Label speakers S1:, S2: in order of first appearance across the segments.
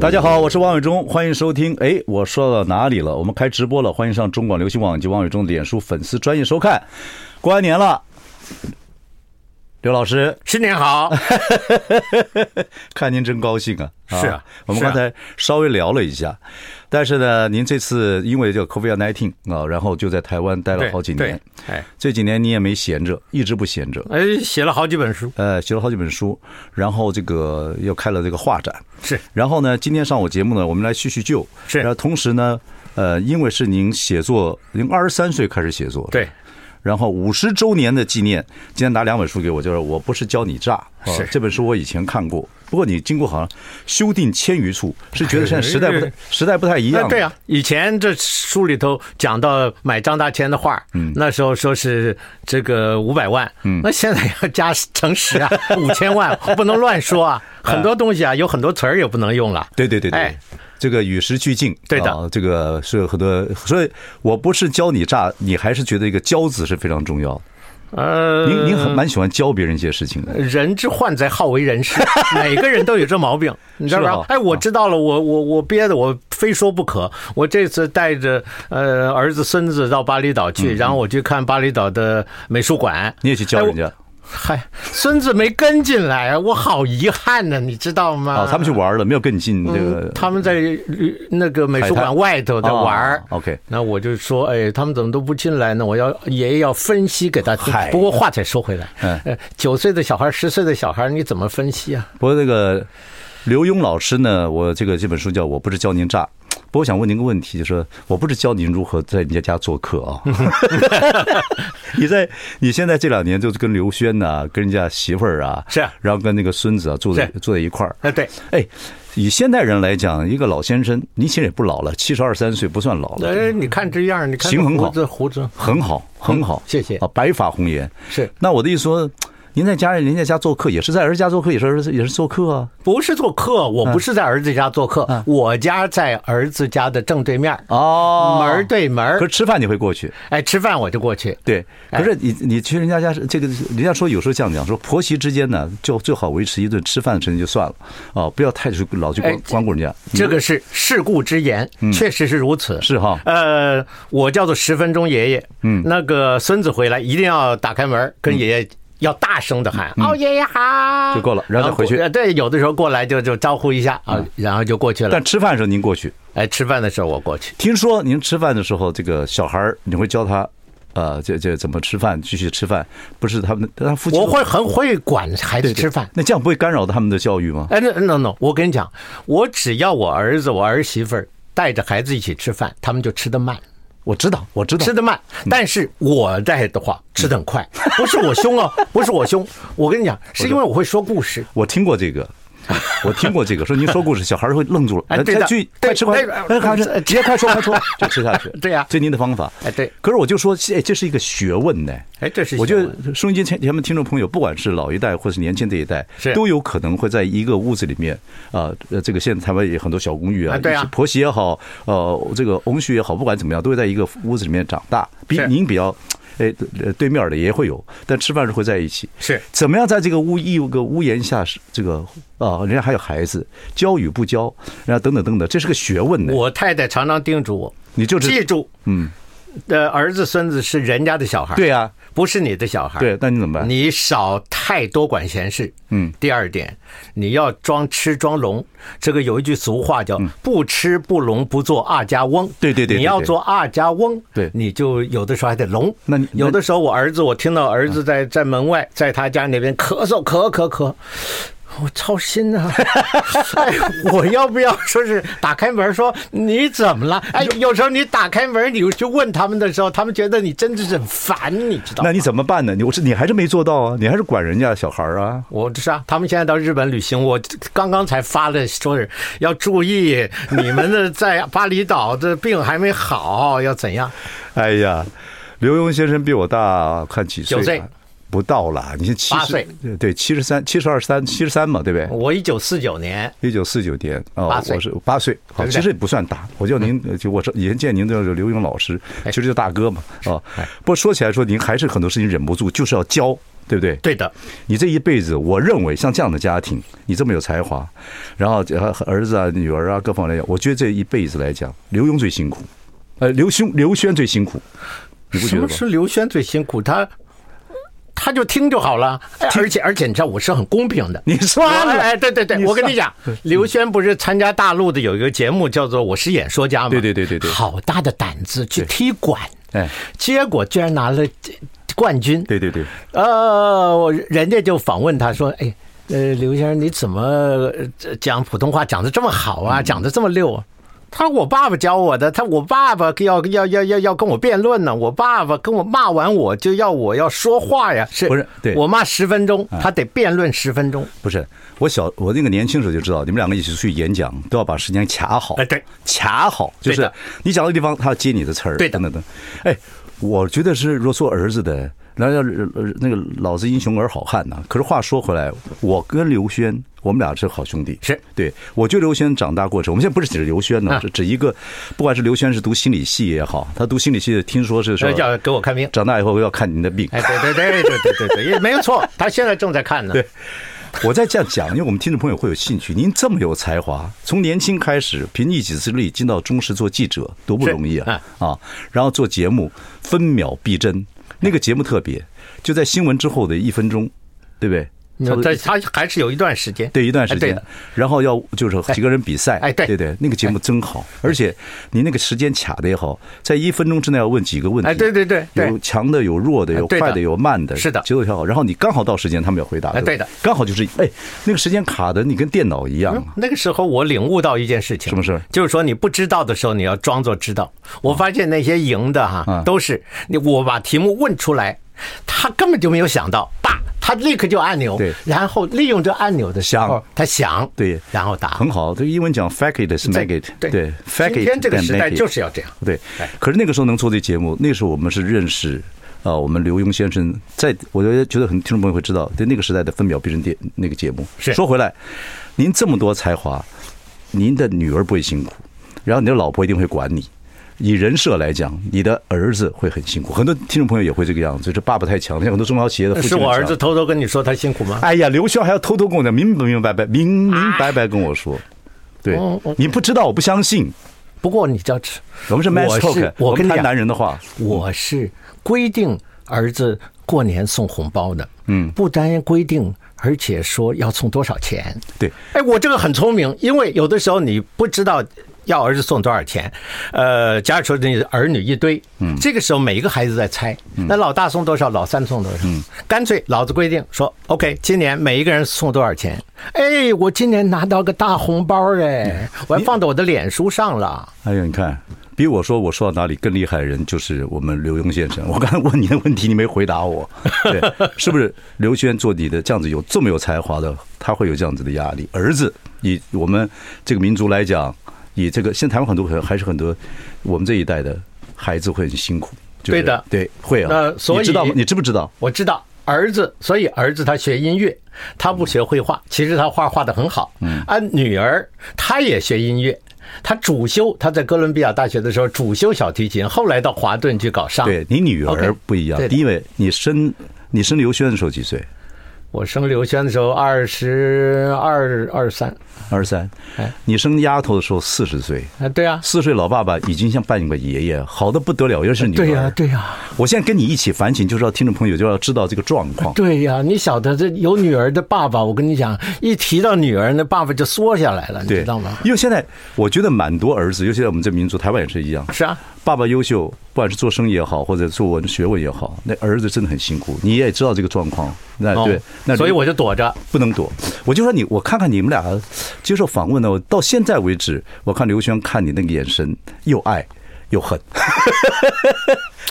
S1: 大家好，我是王伟忠，欢迎收听。哎，我说到哪里了？我们开直播了，欢迎上中广流行网及王伟忠的脸书粉丝专业收看。过完年了，刘老师，
S2: 新年 好，
S1: 看您真高兴啊！
S2: 是啊
S1: 我们
S2: 是啊
S1: 刚才稍微聊了一下，但是呢，您这次因为这个 COVID-19 啊，然后就在台湾待了
S2: 对
S1: 好几年，
S2: 对哎
S1: 这几年你也没闲着，一直不闲着。
S2: 哎，写了好几本书，
S1: 呃，写了好几本书，然后这个又开了这个画展，
S2: 是
S1: 然后呢，今天上我节目呢，我们来叙叙旧。
S2: 是
S1: 然后同时呢，呃，因为是您写作，您二十三岁开始写作，。
S2: 对，
S1: 然后五十周年的纪念，今天拿两本书给我，就是《我不是教你诈》啊
S2: 是
S1: 这本书我以前看过，不过你经过好像修订千余处，是觉得现在时代不太时代不太一样
S2: 那
S1: 了。
S2: 对啊，以前这书里头讲到买张大千的画，嗯，那时候说是这个五百万，嗯，那现在要加乘十啊， 五千万，不能乱说 啊，很多东西啊，有很多词儿也不能用了，
S1: 对对对对，
S2: 哎
S1: 这个与时俱进，
S2: 对的
S1: 啊这个是很多，所以我不是教你诈，你还是觉得一个教字是非常重要的。
S2: 呃，
S1: 您您很蛮喜欢教别人一些事情的，
S2: 人之患在好为人师， 每个人都有这毛病，你知道
S1: 是啊
S2: 吧
S1: 哈？
S2: 哎，我知道了，我我我憋的，我非说不可。我这次带着呃儿子孙子到巴厘岛去，然后我去看巴厘岛的美术馆。
S1: 嗯
S2: 哎
S1: 你也去教人家。
S2: 嗨，孙子没跟进来啊，我好遗憾呢，你知道吗？
S1: 啊，他们去玩了，没有跟你进这个
S2: 嗯，。他们在旅那个美术
S1: 海滩
S2: 馆外头在玩儿
S1: 哦，OK
S2: 那我就说，哎，他们怎么都不进来呢？我要也要分析给他听
S1: 嗨。
S2: 不过话再说回来，
S1: 嗯
S2: 呃，九岁的小孩，十岁的小孩，你怎么分析啊？
S1: 不过那个刘墉老师呢，我这个这本书叫《我不是教您诈》，不过我想问您个问题，就是说我不是教您如何在人家家做客啊。 你在你现在这两年就是跟刘轩呐、跟人家媳妇儿啊，
S2: 是啊
S1: 然后跟那个孙子啊住在
S2: 是
S1: 住在一块儿。
S2: 哎，对，
S1: 哎，以现代人来讲，一个老先生，您其实也不老了，七十二三岁不算老了，
S2: 哎，你看这样儿，你看
S1: 行很好
S2: 胡子胡子，
S1: 很好，很好，
S2: 嗯谢谢
S1: 啊，白发红颜。
S2: 是
S1: 那我的意思说，您在家人人家家做客，也是在儿子家做客，也是儿子也是做客啊。
S2: 不是做客，我不是在儿子家做客，
S1: 嗯
S2: 我家在儿子家的正对面儿，
S1: 哦
S2: 门儿对门儿
S1: 可是吃饭你会过去，
S2: 哎，吃饭我就过去。
S1: 对。可
S2: 哎
S1: 是你你去人家家是这个，人家说有时候这样讲，说婆媳之间呢，就最好维持一顿吃饭的时间就算了啊，不要太去老去光
S2: 哎这
S1: 光顾人家。嗯
S2: 这个是世故之言，确实是如此。
S1: 是哈
S2: 呃，我叫做十分钟爷爷。嗯，那个孙子回来一定要打开门儿，跟爷爷要大声的喊：“哦，爷爷好！”
S1: 嗯就够了然后再回去嗯
S2: 呃对，有的时候过来就就招呼一下啊，然后就过去了
S1: 但。吃饭的时候您过去，
S2: 哎，吃饭的时候我过去。
S1: 听说您吃饭的时候，这个小孩儿你会教他，呃，这这怎么吃饭，继续吃饭，不是他们的他夫妻
S2: 我会很会管孩子吃饭，
S1: 那这样不会干扰他们的教育吗？
S2: 哎，那那那，我跟你讲，我只要我儿子、我儿媳妇儿带着孩子一起吃饭，他们就吃得慢，
S1: 我知道，我知道，
S2: 吃得慢。
S1: 嗯
S2: 但是我带的话，吃得 很快。不是我凶哦，不是我凶。我跟你讲，是因为我会说故事。
S1: 我听过这个。 我听过这个，说您说故事，小孩儿会愣住了，
S2: 哎
S1: 来
S2: 对的
S1: 再去
S2: 对
S1: 快吃快，
S2: 哎
S1: 哎，开始，哎直接 开说开说，就吃下去。
S2: 对呀
S1: 这是您的方法。
S2: 哎对
S1: 可是我就说，哎，这是一个学问呢。
S2: 哎这是
S1: 我觉
S2: 学问
S1: 得收音机前前面听众朋友，不管是老一代或是年轻这一代，
S2: 是
S1: 都有可能会在一个屋子里面啊，呃，这个现在台湾也很多小公寓啊，
S2: 啊对啊
S1: 一起婆媳也好，呃，这个翁婿也好，不管怎么样，都会在一个屋子里面长大。比
S2: 是
S1: 您比较。哎，呃对面的也会有，但吃饭是会在一起。
S2: 是
S1: 怎么样在这个屋一个屋檐下是这个啊，人家还有孩子，教与不教，然后等等等等，这是个学问呢。
S2: 我太太常常叮嘱我，
S1: 你就是
S2: 记住，
S1: 嗯，
S2: 呃，儿子孙子是人家的小孩，
S1: 对呀、
S2: 不是你的小孩。
S1: 对，那你怎么办？
S2: 你少太多管闲事。嗯，第二点，你要装吃装聋。这个有一句俗话叫“不吃不聋不做二家翁”。
S1: 嗯对对对对
S2: 你要做二家翁，
S1: 对
S2: 你就有的时候还得聋。
S1: 那你
S2: 有的时候我儿子，我听到儿子在在门外，在他家那边咳嗽咳咳咳，我操 心啊！哎，我要不要说是打开门说你怎么了？哎，有时候你打开门，你去问他们的时候，他们觉得你真的是很烦，你知道吗？
S1: 那你怎么办呢？你我是你还是没做到啊，你还是管人家小孩儿啊。
S2: 我是啊，他们现在到日本旅行，我刚刚才发了说是要注意你们的在巴厘岛的病还没好，要怎样？
S1: 哎呀，刘墉先生比我大，看几岁、啊？
S2: 九岁
S1: 不到了，你七
S2: 八
S1: 十
S2: 岁，
S1: 对对，七十三、七十二三、七十三嘛，对不对？
S2: 我一九四九年，
S1: 一九四九年哦
S2: 八，岁
S1: 我是八岁，好，
S2: 对不对
S1: 其实也不算大。我叫 您，呃就我这以前见您的刘勇老师，
S2: 哎
S1: 其实就大哥嘛啊。不过说起来说，您还是很多事情忍不住，就是要教，对不对？
S2: 对的，
S1: 你这一辈子，我认为像这样的家庭，你这么有才华，然后呃儿子啊、女儿啊各方面来讲，我觉得这一辈子来讲，刘墉最辛苦，呃，刘兄、刘轩最辛苦，你不
S2: 什
S1: 觉得
S2: 么
S1: 吗？
S2: 是刘轩最辛苦？他他就听就好了，哎而且而且你知道我是很公平的。
S1: 你
S2: 我
S1: 算了，
S2: 哎，对对对，
S1: 你嗯
S2: 我跟
S1: 算
S2: 你讲，刘轩不是参加大陆的有一个节目叫做《我是演说家》吗？
S1: 对对对对对
S2: 好大的胆子去踢馆，
S1: 哎，
S2: 结果居然拿了冠军。
S1: 对对对，
S2: 呃，我人家就访问他说：“哎，呃，刘先生，你怎么呃讲普通话讲的这么好啊？讲的这么溜、啊？”他说我爸爸教我的，他我爸爸要要要要要跟我辩论呢、我爸爸跟我骂完我就要我要说话呀，是啊
S1: 不是对
S2: 我骂十分钟，他得辩论十分钟。
S1: 不是我小我那个年轻时候就知道，你们两个一起出去演讲都要把时间卡好，
S2: 哎对，
S1: 卡好，就
S2: 对
S1: 是
S2: 的
S1: 你讲到地方，他要接你的词儿，
S2: 对的
S1: 等等等。哎，我觉得是如果做儿子的，那要呃那个老子英雄儿好汉呐、可是话说回来，我跟刘轩，我们俩是好兄弟，
S2: 是
S1: 对，我觉得刘轩长大过程，我们现在不是指刘轩呢，
S2: 啊
S1: 是指一个，不管是刘轩是读心理系也好，他读心理系，听说是
S2: 所
S1: 说
S2: 以要给我看病。
S1: 长大以后要看您的病，
S2: 哎，对对对对对对对，也没有错，他现在正在看呢。
S1: 对 我在这样讲，因为我们听众朋友会有兴趣。您这么有才华，从年轻开始，凭一己之力进到中视做记者，多不容易啊！啊，然后做节目，分秒必争。那个节目特别，就在新闻之后的一分钟，对不对？差不多
S2: 对，他还是有一段时间。
S1: 对一段时
S2: 哎对
S1: 间
S2: 的，
S1: 然后要就是几个人比赛，
S2: 哎对
S1: 对对，那个节目真好，而且你那个时间卡的也好，在一分钟之内要问几个问题，
S2: 哎对对对对
S1: 有强的，有弱的，有
S2: 对的
S1: 快的，有慢的，
S2: 是的
S1: 节奏调好，然后你刚好到时间，他们要回答，吧
S2: 哎对的，嗯
S1: 刚好就是哎，那个时间卡的，你跟电脑一样，
S2: 那个时候我领悟到一件事情，
S1: 什么事？啊
S2: 就是说你不知道的时候，你要装作知道。我发现那些赢的哈，
S1: 嗯
S2: 都是你我把题目问出来，他根本就没有想到，叭，他立刻就按钮，
S1: 对
S2: 然后利用这按钮的时候
S1: 想，
S2: 他想，
S1: 对
S2: 然后答。
S1: 很好，这个英文讲 fake it is make it，
S2: 对
S1: 对，fake it，
S2: 今天这个时代
S1: then make it
S2: 就是要这样。
S1: 对
S2: 哎，
S1: 可是那个时候能做这节目，那时候我们是认识。啊、我们刘墉先生在，我觉得觉得很听众朋友会知道，在那个时代的分秒必争电那个节目。
S2: 是
S1: 说回来，您这么多才华，您的女儿不会辛苦，然后你的老婆一定会管你。以人设来讲，你的儿子会很辛苦，很多听众朋友也会这个样子，就是爸爸太强了，像很多中小企业的父亲
S2: 哎是我
S1: 很
S2: 儿
S1: 强
S2: 子。偷偷跟你说他辛苦吗？
S1: 哎呀，刘轩还要偷偷跟我讲，明不明白白，明明白白跟我说，对
S2: 哦哦，
S1: 你不知道，我不相信。
S2: 不过你知道，吃，
S1: 我们是 man
S2: 我
S1: talk，
S2: 是我
S1: 们
S2: 跟你
S1: 谈
S2: 讲，
S1: 男人的话。
S2: 我是规定儿子过年送红包的，嗯，不单规定，而且说要送多少钱。
S1: 对，
S2: 哎，我这个很聪明，因为有的时候你不知道要儿子送多少钱，呃，假如说你儿女一堆，嗯，这个时候每一个孩子在猜，那老大送多少，老三送多少，嗯，干脆老子规定说，OK，今年每一个人送多少钱？哎，我今年拿到个大红包哎，我还放到我的脸书上了。
S1: 哎呀，你看，比我说我说到哪里更厉害的人，就是我们刘墉先生。我刚才问你的问题，你没回答 我，对，是不是？刘轩做你的这样子有这么有才华的，他会有这样子的压力。儿子，以我们这个民族来讲，以这个现在台湾很多很还是很多我们这一代的孩子会很辛苦。就是
S2: 对的
S1: 对，会啊。
S2: 那所以
S1: 你知道吗？你知不知道？
S2: 我知道儿子，所以儿子他学音乐，他不学绘画，其实他画画的很好。嗯，啊，女儿她也学音乐。她主修，她在哥伦比亚大学的时候主修小提琴，后来到华顿去搞商。
S1: 对你女儿
S2: OK，
S1: 不一样
S2: 啊对，的
S1: 因为你生你生刘轩的时候几岁？
S2: 我生刘轩的时候二十二二三，
S1: 二十三
S2: 哎。
S1: 你生丫头的时候四十岁。
S2: 啊，对啊，
S1: 四岁老爸爸已经像扮演个爷爷，好的不得了，尤其是女儿。
S2: 对呀、对呀、
S1: 我现在跟你一起反省，就是要听众朋友就要知道这个状况。
S2: 对呀、你晓得这有女儿的爸爸，我跟你讲，一提到女儿，那爸爸就缩下来了，你
S1: 对，
S2: 知道吗？
S1: 因为现在我觉得蛮多儿子，尤其在我们这民族，台湾也是一样。
S2: 是啊，
S1: 爸爸优秀，不管是做生意也好，或者做文学问也好，那儿子真的很辛苦。你也知道这个状况，那
S2: 哦
S1: 啊对，那
S2: 所以我就躲着。
S1: 不能躲。我就说你，我看看你们俩接受访问呢，我到现在为止，我看刘轩看你那个眼神，又爱又恨。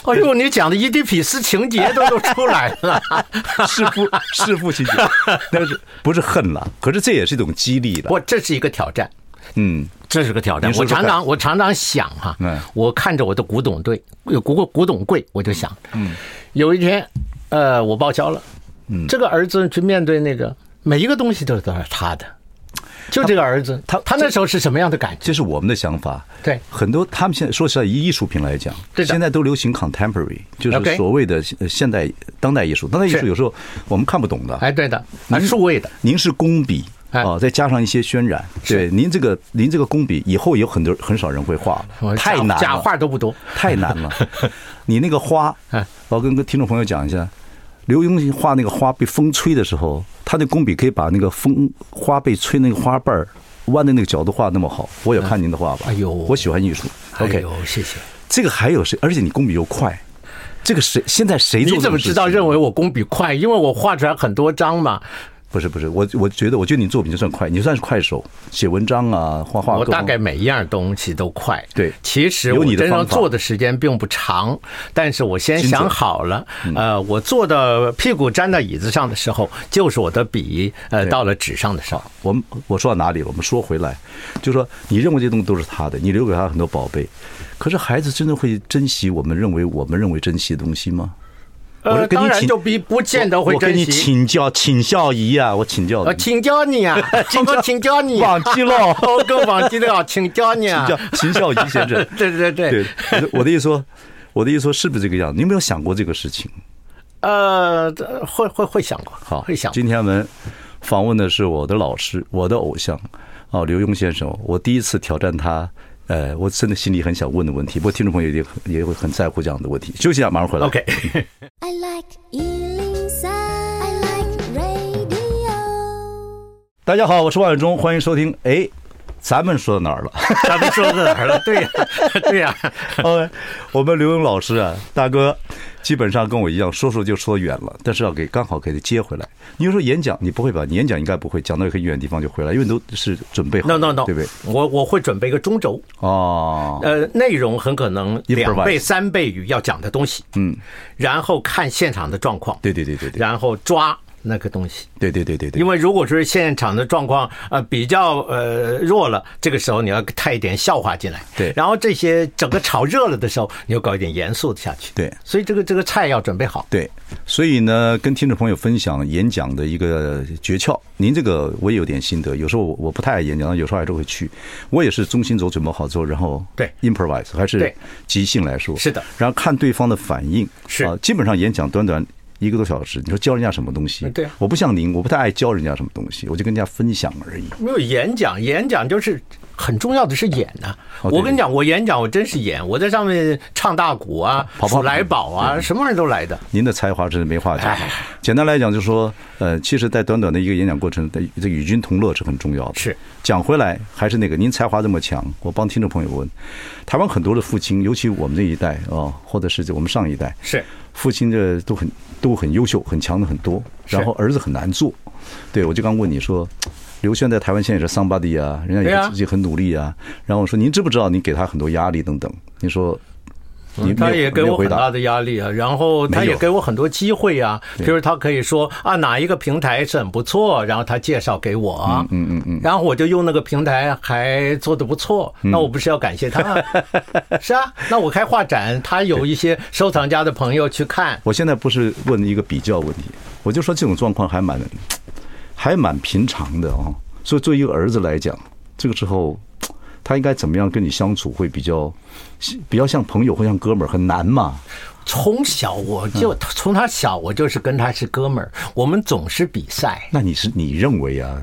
S2: 哎呦，你讲的伊迪皮斯情节都都出来了。
S1: 弑父弑父 情节，但是不是恨了？可是这也是一种激励了。
S2: 我这是一个挑战，
S1: 嗯，
S2: 这是个挑战。
S1: 您说
S2: 我
S1: 说
S2: 常
S1: 看
S2: 常我常常想哈、
S1: 嗯
S2: 我看着我的古董队呃古古董柜，我就想，嗯，有一天，呃，我报销了，嗯，这个儿子去面对那个每一个东西都是都是他的，就这个儿子，他他那时候是什么样的感觉？
S1: 这是我们的想法。
S2: 对
S1: 很多他们现在说实在，以艺术品来讲，
S2: 对的
S1: 现在都流行 contemporary，就是
S2: OK
S1: 所谓的呃现代当代艺术。当代艺术
S2: 是
S1: 有时候我们看不懂的。
S2: 哎，对的，啊，数位的，
S1: 您是工笔
S2: 哎
S1: 啊，再加上一些渲染，对，您这个您这个工笔以后有很多很少人会画
S2: 我
S1: 了，太
S2: 假
S1: 难了，
S2: 假话都不多。
S1: 太难 了。你那个花
S2: 哎，
S1: 我跟跟听众朋友讲一下，刘墉画那个花被风吹的时候，他的工笔可以把那个风花被吹那个花瓣儿弯的那个角度画得那么好。我也看您的画吧，
S2: 哎呦
S1: 我喜欢艺术。
S2: 哎
S1: OK，
S2: 呦，谢谢。
S1: 这个还有谁？而且你工笔又快，这个谁现在谁做？
S2: 你怎么知道认？为我工笔快？因为我画出来很多张嘛，
S1: 不是不是，我我觉得我觉得你作品就算快，你算是快手，写文章啊，画画。
S2: 我
S1: 各
S2: 大
S1: 方
S2: 概每一样东西都快。
S1: 对
S2: 其实
S1: 有
S2: 我
S1: 你的
S2: 真正
S1: 方法
S2: 做的时间并不长，但是我先想好了，
S1: 嗯
S2: 呃，我坐的屁股粘到椅子上的时候，就是我的笔呃
S1: 对
S2: 到了纸上的时候。
S1: 我们我说到哪里了？我们说回来，就说你认为这东西都是他的，你留给他很多宝贝，可是孩子真的会珍惜我们认为我们认为珍惜的东西吗？我
S2: 呃，
S1: 是跟
S2: 当
S1: 你
S2: 然
S1: 请
S2: 就不不见得会
S1: 我跟
S2: 珍
S1: 你
S2: 惜。
S1: 请教请教姨啊，我请教
S2: 呃，
S1: 你，
S2: 请教你 啊，请教请教你啊，
S1: 忘记了
S2: 我跟忘记了，请教你啊
S1: 请，教请教姨先生
S2: 。对对对
S1: 对，我的我的意思说，我的意思说是不是这个样子？你有没有想过这个事情？
S2: 呃，会会会想过，
S1: 好，
S2: 会想过。
S1: 今天我们访问的是我的老师，我的偶像，哦，刘墉先生。我第一次挑战他，呃，我真的心里很想问的问题。不过听众朋友也很也会很在乎这样的问题。休息一下，马上回来。
S2: OK。
S3: I like Ealing Sound. I like radio.
S1: 大家好，我是万永忠，欢迎收听。哎，咱们说到哪儿了？
S2: 咱们说到哪儿了？对呀、对呀、
S1: 呃，我们刘墉老师啊，大哥，基本上跟我一样，说说就说远了，但是要给刚好给他接回来。你就说演讲，你不会吧？你演讲应该不会，讲到一个很远的地方就回来，因为都是准备好的
S2: No no no，
S1: 对不对？
S2: 我我会准备一个中轴，
S1: 哦，
S2: 呃，内容很可能
S1: Improvise
S2: 两倍、三倍于要讲的东西，嗯，然后看现场的状况，
S1: 对对对对对
S2: 然后抓那个东西，
S1: 对对对对对，
S2: 因为如果说是现场的状况呃比较呃弱了，这个时候你要带一点笑话进来，
S1: 对
S2: 然后这些整个炒热了的时候，你要搞一点严肃的下去，
S1: 对
S2: 所以这个这个菜要准备好，
S1: 对，所以呢，跟听众朋友分享演讲的一个诀窍。您这个我也有点心得，有时候我我不太爱演讲，有时候还是会去。我也是中心轴准备好之后，然后
S2: 对
S1: improvise 还是
S2: 对
S1: 即兴来说，
S2: 是的
S1: 然后看对方的反应，
S2: 是
S1: 啊，基本上演讲短短。一个多小时，你说教人家什么东西？
S2: 嗯对啊
S1: 我不像您，我不太爱教人家什么东西，我就跟人家分享而已。
S2: 没有演讲，演讲就是很重要的是演呐、
S1: 哦对
S2: 我跟你讲，我演讲我真是演，我在上面唱大鼓啊，
S1: 跑跑
S2: 数来宝啊，什么人都来的。
S1: 您的才华真是没话讲
S2: 哎。
S1: 简单来讲，就是说，呃，其实，在短短的一个演讲过程，这这与君同乐是很重要的。
S2: 是
S1: 讲回来，还是那个，您才华这么强，我帮听众朋友问，台湾很多的父亲，尤其我们这一代啊、哦或者是我们上一代，
S2: 是
S1: 父亲的都很都很优秀，很强的很多，
S2: 是
S1: 然后儿子很难做。对，我就刚问你说，刘轩在台湾现在也是 somebody 啊，人家
S2: 对啊
S1: 也自己很努力啊。然后我说，您知不知道你给他很多压力等等？您说，你
S2: 嗯他也给我
S1: 回
S2: 很
S1: 答
S2: 大的压力啊，然后他
S1: 没有
S2: 也给我很多机会啊，比如他可以说啊哪一个平台是很不错，然后他介绍给我，嗯嗯嗯，然后我就用那个平台还做的不错，
S1: 嗯
S2: 那我不是要感谢他 吗？是啊，那我开画展，他有一些收藏家的朋友去看，
S1: 我现在不是问一个比较问题，我就说这种状况还蛮，还蛮平常的哦。所以作为一个儿子来讲，这个时候他应该怎么样跟你相处会比较，比较像朋友或像哥们儿，很难嘛？
S2: 从小我
S1: 嗯
S2: 就从他小我就是跟他是哥们儿，我们总是比赛。
S1: 那你是你认为啊，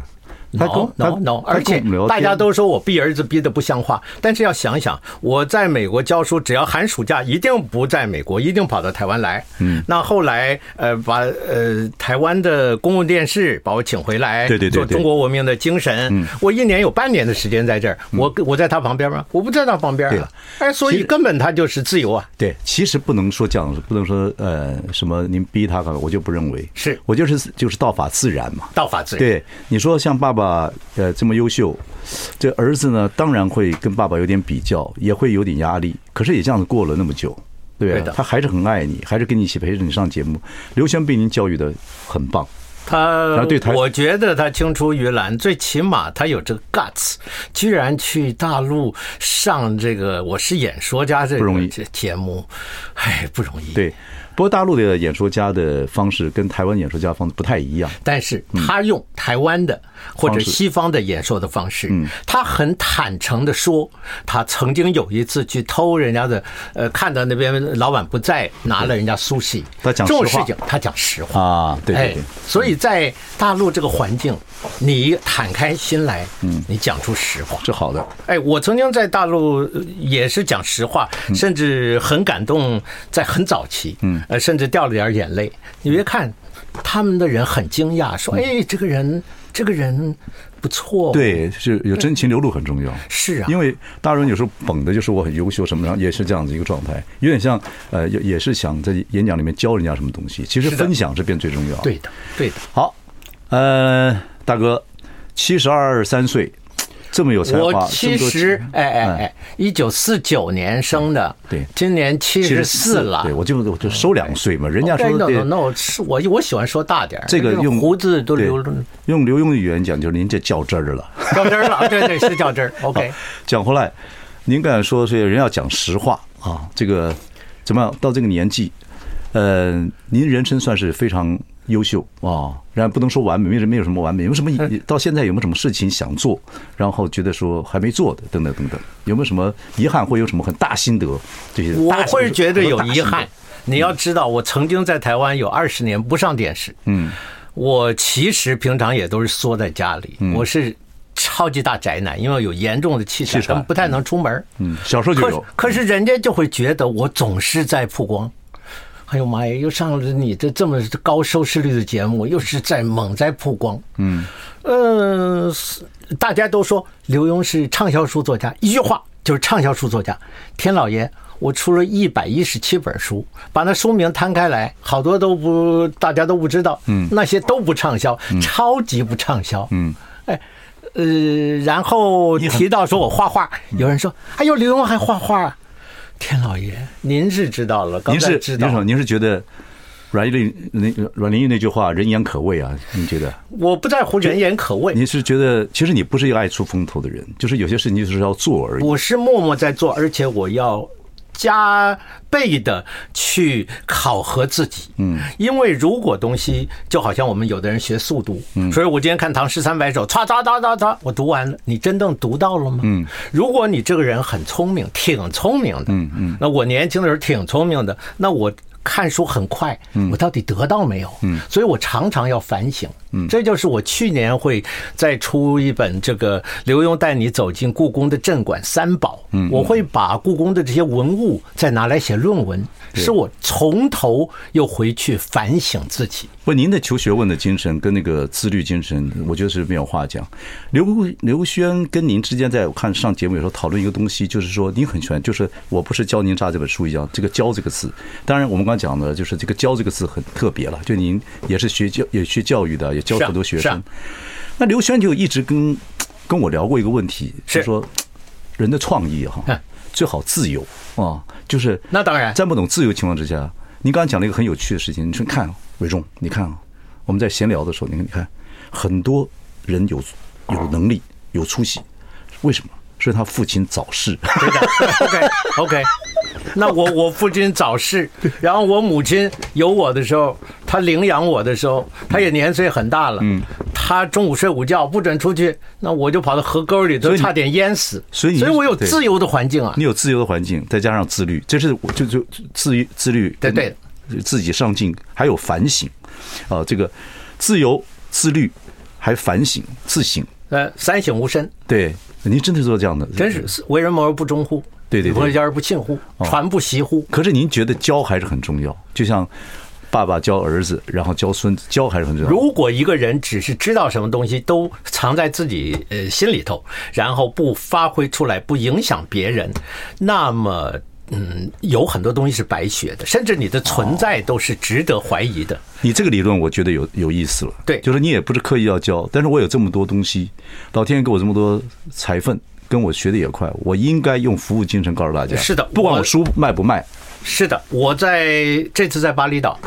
S1: 他跟
S2: no
S1: 我他
S2: no no，
S1: 他
S2: 而且
S1: 跟我们聊
S2: 大家
S1: 天
S2: 都说我逼儿子逼得不像话，但是要想一想，我在美国教书，只要寒暑假一定不在美国，一定跑到台湾来。嗯，那后来呃把呃台湾的公共电视把我请回来，
S1: 对对对嗯
S2: 做
S1: 对
S2: 中国文明的精神。我一年有半年的时间在这儿，我我在他旁边吗？我不在他旁边
S1: 对
S2: 啊，哎，所
S1: 其
S2: 以
S1: 实
S2: 根本他就是自由啊。
S1: 对，其实不能说这样，不能说呃什么您逼他干嘛，我就不认为
S2: 是
S1: 我就是就是道法自然嘛。
S2: 道法自然，
S1: 对，你说像爸爸呃这么优秀，这儿子呢当然会跟爸爸有点比较，也会有点压力，可是也这样子过了那么久，对
S2: 对
S1: 啊
S2: 的，
S1: 他还是很爱你，还是跟你一起陪着你上节目。刘轩被您教育的很棒，
S2: 他
S1: 后对台
S2: 我觉得他青出于蓝，最起码他有这个 guts，居然去大陆上这个我是演说家这
S1: 不容易
S2: 个这节目，哎，不容易。，
S1: 对。不过大陆的演说家的方式跟台湾演说家的方式不太一样，
S2: 但是
S1: 嗯
S2: 他用台湾的或者西方的演说的方式，
S1: 嗯
S2: 他很坦诚的说，他曾经有一次去偷人家的，呃，看到那边老板不在，拿了人家苏西，
S1: 他讲
S2: 这种
S1: 实
S2: 事
S1: 话
S2: 情，他讲实话
S1: 啊对对对
S2: 哎，所以在大陆这个环境，你坦开心来，嗯，你讲出实话。
S1: 这好的。
S2: 哎，我曾经在大陆呃也是讲实话，
S1: 嗯
S2: 甚至很感动，在很早期，嗯，呃，甚至掉了点眼泪。你别看他们的人很惊讶，说：“哎，这个人，这个人不错。”，
S1: 嗯
S2: 哦
S1: 对，是有真情流露很重要。
S2: 是啊
S1: 因为大人有时候捧的就是我很优秀什么，然后也是这样子一个状态，有点像呃，也也是想在演讲里面教人家什么东西。其实
S2: 是的
S1: 分享这边最重要。
S2: 对，的，对的。
S1: 好，呃，大哥，七十二三岁，这么有才
S2: 我
S1: 华，
S2: 七十，哎哎哎，一九四九年生的，
S1: 对
S2: 今年七
S1: 七
S2: 十
S1: 十
S2: 四了
S1: 对。我就我就收两岁嘛，人家说
S2: no
S1: 对
S2: no no，是哦我我喜欢说大点儿
S1: 这个
S2: 就是
S1: 用
S2: 胡子都
S1: 对
S2: 留了
S1: 用刘墉的语言讲，就是您这较真儿了。
S2: 掉针儿了，啊对对是掉针儿。OK，
S1: 讲回来，您敢说是人要讲实话啊？这个怎么样？到这个年纪，呃，您人生算是非常优秀啊，然后不能说完美，没有没有什么完美，有没有什么
S2: 哎
S1: 到现在有没有什么事情想做，然后觉得说还没做的，等等等等，有没有什么遗憾或有什么很大心得？这些
S2: 我
S1: 大
S2: 会觉得有遗，
S1: 很多大
S2: 憾
S1: 心。
S2: 你要知道，我曾经在台湾有二十年不上电视。嗯，我其实平常也都是缩在家里，
S1: 嗯
S2: 我是超级大宅男，因为有严重的气喘，
S1: 气喘
S2: 根本不太能出门。
S1: 嗯小时候就
S2: 可
S1: 有
S2: 可是人家就会觉得我总是在曝光。哎呦妈呀！又上了你这这么高收视率的节目，又是在猛在曝光。嗯，呃，是大家都说刘墉是畅销书作家，一句话就是畅销书作家。天老爷，我出了一百一十七本书，把那书名摊开来，好多都不大家都不知道，嗯，那些都不畅销，
S1: 嗯
S2: 超级不畅销，嗯，哎。呃，然后提到说我画画，有人说：“哎呦，刘墉还画画啊！”天老爷，您是知道了，刚
S1: 您
S2: 才
S1: 是
S2: 知
S1: 您
S2: 道
S1: 是您是觉得阮玲玉那阮玲玉那句话人言可畏啊？你觉得？
S2: 我不在乎人言可畏，
S1: 你是觉得其实你不是一个爱出风头的人，就是有些事情就是要做而已。
S2: 我是默默在做，而且我要加倍的去考核自己。嗯，因为如果东西就好像我们有的人学速读，嗯，所以我今天看《唐诗三百首》，唰唰唰唰唰，我读完了，你真正读到了吗？嗯，如果你这个人很聪明，挺聪明的，嗯嗯，那我年轻的时候挺聪明的，那我。看书很快，我到底得到没有？嗯，所以我常常要反省。嗯，这就是我去年会再出一本这个刘墉带你走进故宫的镇馆三宝。嗯，我会把故宫的这些文物再拿来写论文，是我从头又回去反省自己。
S1: 不，您的求学问的精神跟那个自律精神，我觉得是没有话讲。刘刘轩跟您之间，在我看上节目有时候讨论一个东西，就是说您很喜欢，就是我不是教您炸这本书一样，这个“教”这个字，当然我们刚讲的就是这个“教”这个字很特别了，就您也是学教也学教育的，也教
S2: 是啊
S1: 很多学
S2: 是
S1: 生
S2: 啊。
S1: 那刘轩就一直跟跟我聊过一个问题，就是说人的创意哈
S2: 嗯，
S1: 最好自由啊，就是
S2: 那当然
S1: 在不懂自由情况之下，您刚刚讲了一个很有趣的事情，你说看啊伟忠，你看啊，我们在闲聊的时候，你看，你看，很多人有有能力有出息，为什么？是因为他父亲早逝，
S2: 对的，OK OK。那我我父亲早逝，然后我母亲有我的时候，她领养我的时候，她也年岁很大了，嗯，她中午睡午觉不准出去，那我就跑到河沟里
S1: 所
S2: 头，
S1: 以你
S2: 差点淹死，
S1: 所以你
S2: 所以我有
S1: 对
S2: 自由的环境啊
S1: 你，有自由的环境，再加上自律，这是我就就自律自律，
S2: 对对，
S1: 自己上进，还有反省，啊，这个自由自律还反省自省，
S2: 呃，三省吾身，
S1: 对，您真的做这样的，
S2: 真是。是为人谋而不忠乎？
S1: 对哦对对
S2: 为人而不信乎？传不习乎？
S1: 可是您觉得教还是很重要，就像爸爸教儿子，然后教孙子，教还是很重要。
S2: 如果一个人只是知道什么东西都藏在自己呃心里头，然后不发挥出来，不影响别人，那么嗯，有很多东西是白学的，甚至你的存在都是值得怀疑的。
S1: 你这个理论，我觉得有有意思了。
S2: 对
S1: 就是你也不是刻意要教，但是我有这么多东西，老天爷给我这么多才分，跟我学的也快，我应该用服务精神告诉大家。
S2: 是的
S1: 不管我
S2: 我
S1: 书卖不卖，
S2: 是的，我在这次在巴厘岛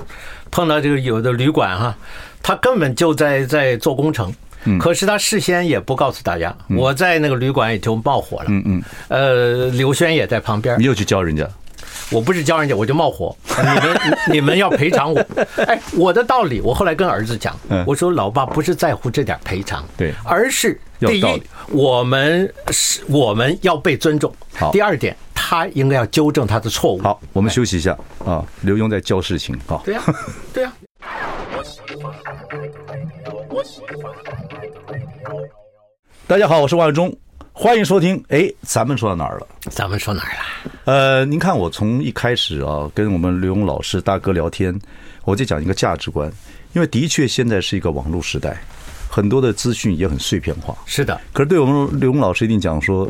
S2: 碰到这个有的旅馆哈、他根本就在在做工程。可是他事先也不告诉大家，我在那个旅馆也就冒火嗯了。嗯嗯，呃，刘轩也在旁边
S1: 你，又去教人家。
S2: 我不是教人家，我就冒火。你们你们要赔偿我。哎，我的道理，我后来跟儿子讲
S1: 嗯，
S2: 我说老爸不是在乎这点赔偿，
S1: 对
S2: 而是
S1: 要
S2: 第一
S1: 道理，
S2: 我们是我们要被尊重
S1: 好；
S2: 第二点，他应该要纠正他的错误。
S1: 好，我们休息一下啊。刘墉在教事情啊。
S2: 对呀、对呀、
S1: 大家好，我是万永忠，欢迎收听。哎，咱们说到哪儿了？
S2: 咱们说哪儿了？
S1: 呃，您看我从一开始啊，跟我们刘勇老师大哥聊天，我就讲一个价值观，因为的确现在是一个网络时代，很多的资讯也很碎片化。
S2: 是的，
S1: 可是对我们刘勇老师一定讲说，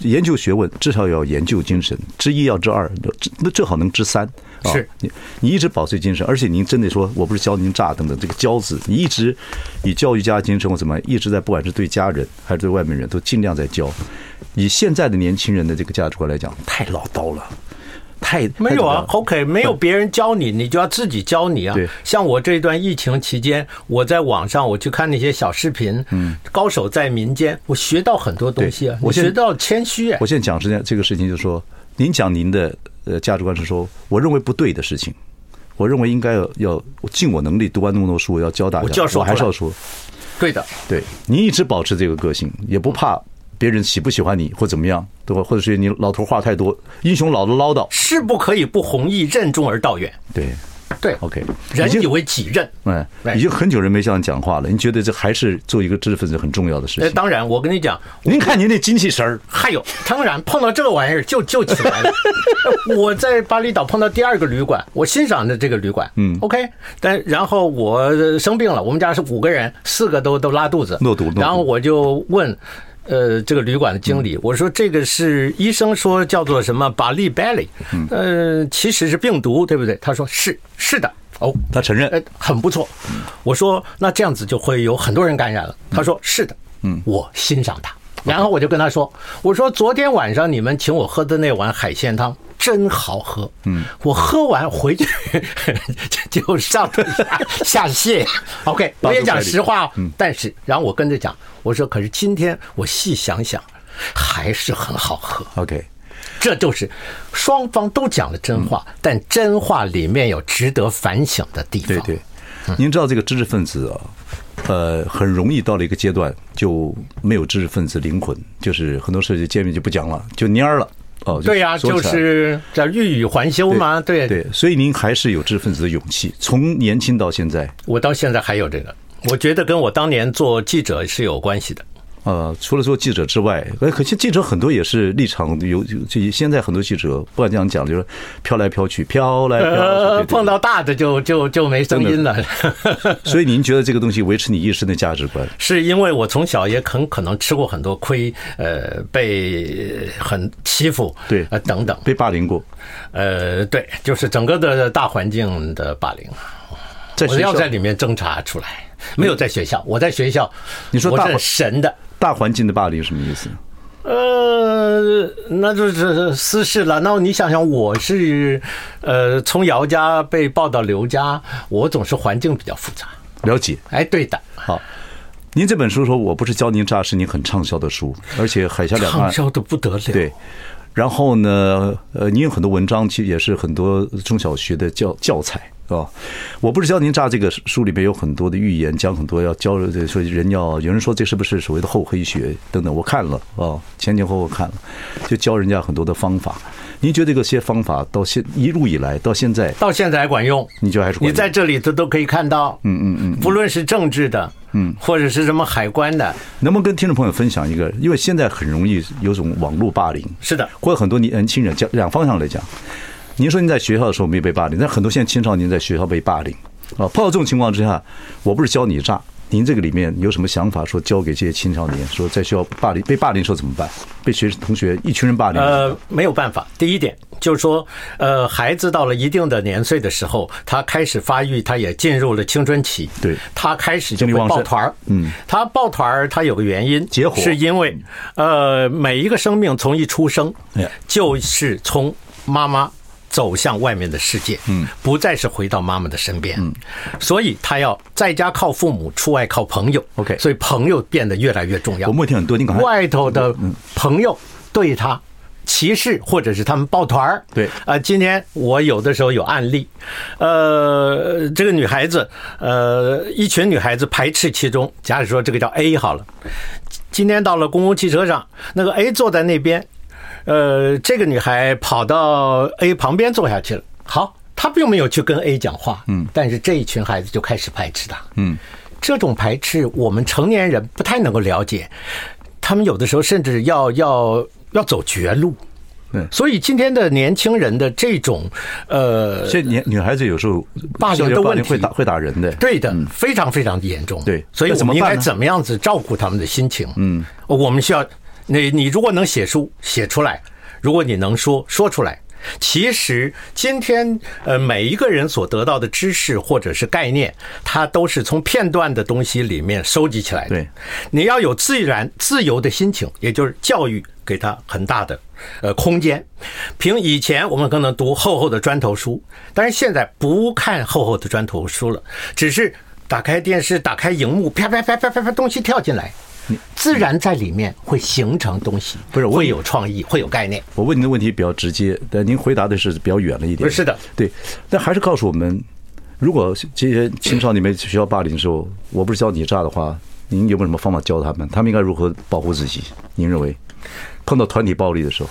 S1: 研究学问至少要研究精神，知一要知二，知那最好能知三。啊
S2: 是
S1: 你你一直保持精神，而且您真的说，我不是教您诈等等这个教字，你一直以教育家精神或怎么样，一直在不管是对家人还是对外面人都尽量在教。以现在的年轻人的这个价值观来讲，太唠叨了，太
S2: 没有啊
S1: 太
S2: ，OK，没有别人教你，你就要自己教你啊。
S1: 对
S2: 像我这一段疫情期间，我在网上我去看那些小视频，嗯，高手在民间，我学到很多东西啊
S1: 对，我
S2: 我
S1: 现在
S2: 学到谦虚哎
S1: 我，现在讲实际这个事情，就是说，您讲您的呃价值观是说，我认为不对的事情，我认为应该要要我尽我能力读完那么多书，我要教大家，
S2: 我就要说
S1: 还是
S2: 出来
S1: 要说，
S2: 对的，
S1: 对您一直保持这个个性，也不怕别人喜不喜欢你或怎么样，对吧？或者是你老头话太多，英雄老的唠叨，
S2: 是不可以不弘毅，任重而道远。
S1: 对
S2: 对
S1: ，OK，已
S2: 人
S1: 经
S2: 以为己任。
S1: 嗯，已经很久人没这样讲话了。您觉得这还是做一个知识分子很重要的事
S2: 呃，
S1: 情？
S2: 当然，我跟你讲，
S1: 您看您那精气神儿，
S2: 还有，当然碰到这个玩意儿就就起来了。 我在巴厘岛碰到第二个旅馆，我欣赏的这个旅馆，嗯，OK，但然后我生病了，我们家是五个人，四个都都拉肚子，
S1: 诺毒诺毒
S2: 然后我就问。呃，这个旅馆的经理，我说这个是医生说叫做什么巴利 belly，呃，其实是病毒，对不对？他说是是的，哦，
S1: 他承认
S2: 呃，很不错。我说那这样子就会有很多人感染了。他说是的，嗯，我欣赏他。然后我就跟他说，我说昨天晚上你们请我喝的那碗海鲜汤真好喝，嗯，我喝完回去 就就上吐下下泻呀。OK，
S1: 到
S2: 我
S1: 处
S2: 也讲
S1: 怪你
S2: 实话哦，但是然后我跟着讲，我说可是今天我细想想，还是很好喝。
S1: ，OK，
S2: 这就是双方都讲了真话，但真话里面有值得反省的地方。
S1: 对对。您知道这个知识分子啊，呃，很容易到了一个阶段就没有知识分子灵魂，就是很多事情见面就不讲了，就蔫儿了。哦，
S2: 对呀、
S1: 说
S2: 就
S1: 起来了
S2: 是叫欲语还休嘛。对，
S1: 对，所以您还是有知识分子的勇气，从年轻到现在。
S2: 我到现在还有这个，我觉得跟我当年做记者是有关系的。
S1: 呃，除了做记者之外，呃，可惜记者很多也是立场有，就现在很多记者不敢这样讲，就是飘来飘去，飘来飘去，对
S2: 呃，
S1: 对
S2: 碰到大的就就就没声音了，
S1: 所以您觉得这个东西维持你一生的价值观？
S2: 是因为我从小也很可能吃过很多亏，呃，被很欺负，
S1: 对
S2: 呃，等等，
S1: 被霸凌过，
S2: 呃，对，就是整个的大环境的霸凌，
S1: 在
S2: 我
S1: 学校
S2: 要在里面挣扎出来。没有在学校，我在学校，
S1: 你说
S2: 我
S1: 大
S2: 是
S1: 环
S2: 神的，
S1: 大环境的霸凌什么意思？
S2: 呃，那就是私事了。那你想想，我是呃从姚家被抱到刘家，我总是环境比较复杂。
S1: 了解。
S2: 哎，对的，
S1: 好，您这本书说我不是教您诈，是您很畅销的书，而且海峡两
S2: 畅
S1: 岸
S2: 销的不得了。
S1: 对。然后呢，呃，您有很多文章，其实也是很多中小学的教教材。哦，我不是教您诈，这个书里面有很多的预言，讲很多要教人说人要有人说这是不是所谓的厚黑学等等，我看了哦，前前后后看了，就教人家很多的方法。您觉得这些方法到现一路以来到现在，
S2: 到现在还管用。
S1: 你觉得还是管
S2: 你
S1: 用
S2: 在这里头都可以看到，嗯嗯嗯，不论是政治的，嗯，或者是什么海关的，
S1: 能不能跟听众朋友分享一个？因为现在很容易有种网络霸凌，
S2: 是的，
S1: 或者很多年轻人讲两方向来讲，您说您在学校的时候没有被霸凌，但很多现在青少年在学校被霸凌啊，碰到这种情况之下，我不是教你诈，您这个里面有什么想法？说教给这些青少年，说在学校霸凌被霸凌的时候怎么办？被学同学一群人霸凌，
S2: 呃，没有办法。第一点就是说，呃，孩子到了一定的年岁的时候，他开始发育，他也进入了青春期，
S1: 对
S2: 他开始就
S1: 精力
S2: 会
S1: 旺盛
S2: 抱团儿，
S1: 嗯，
S2: 他抱团儿，他有个原因，
S1: 结伙
S2: 是因为，呃，每一个生命从一出生
S1: 哎，
S2: 就是从妈妈。走向外面的世界，嗯，不再是回到妈妈的身边，嗯，所以他要在家靠父母，出外靠朋友
S1: OK
S2: 所以朋友变得越来越重要。
S1: 我默听很多，您赶快
S2: 外头的朋友对他歧视，或者是他们抱团儿。
S1: 对
S2: 啊，今天我有的时候有案例，呃，这个女孩子，呃，一群女孩子排斥其中，假如说这个叫 A 好了，今天到了公共汽车上，那个 A 坐在那边，呃，这个女孩跑到 A 旁边坐下去了，好。她并没有去跟 A 讲话，嗯，但是这一群孩子就开始排斥她，嗯，这种排斥我们成年人不太能够了解，他们有的时候甚至要要要走绝路。
S1: 嗯
S2: 所以今天的年轻人的这种呃，
S1: 这女女孩子有时候
S2: 霸凌的
S1: 校园
S2: 问题
S1: 会打会打人的，
S2: 对的，非常非常严重。
S1: 嗯对
S2: 所以
S1: 那
S2: 我
S1: 怎么
S2: 们应
S1: 办
S2: 该
S1: 呢
S2: 怎么样子照顾他们的心情？嗯，我们需要你你如果能写书写出来，如果你能说说出来。其实今天，呃，每一个人所得到的知识或者是概念，它都是从片段的东西里面收集起来的。
S1: 对，
S2: 你要有自然自由的心情，也就是教育给他很大的呃空间。凭以前我们可能读厚厚的砖头书，但是现在不看厚厚的砖头书了，只是打开电视，打开荧幕，啪啪啪啪啪啪，东西跳进来。自然在里面会形成东西，
S1: 不是我
S2: 会有创意，会有概念。
S1: 我问您的问题比较直接，但您回答的是比较远了一点。
S2: 不是的，
S1: 对，但还是告诉我们，如果这些青少年被学校霸凌的时候，我不是教你诈的话，您有没有什么方法教他们？他们应该如何保护自己？您认为碰到团体暴力的时候，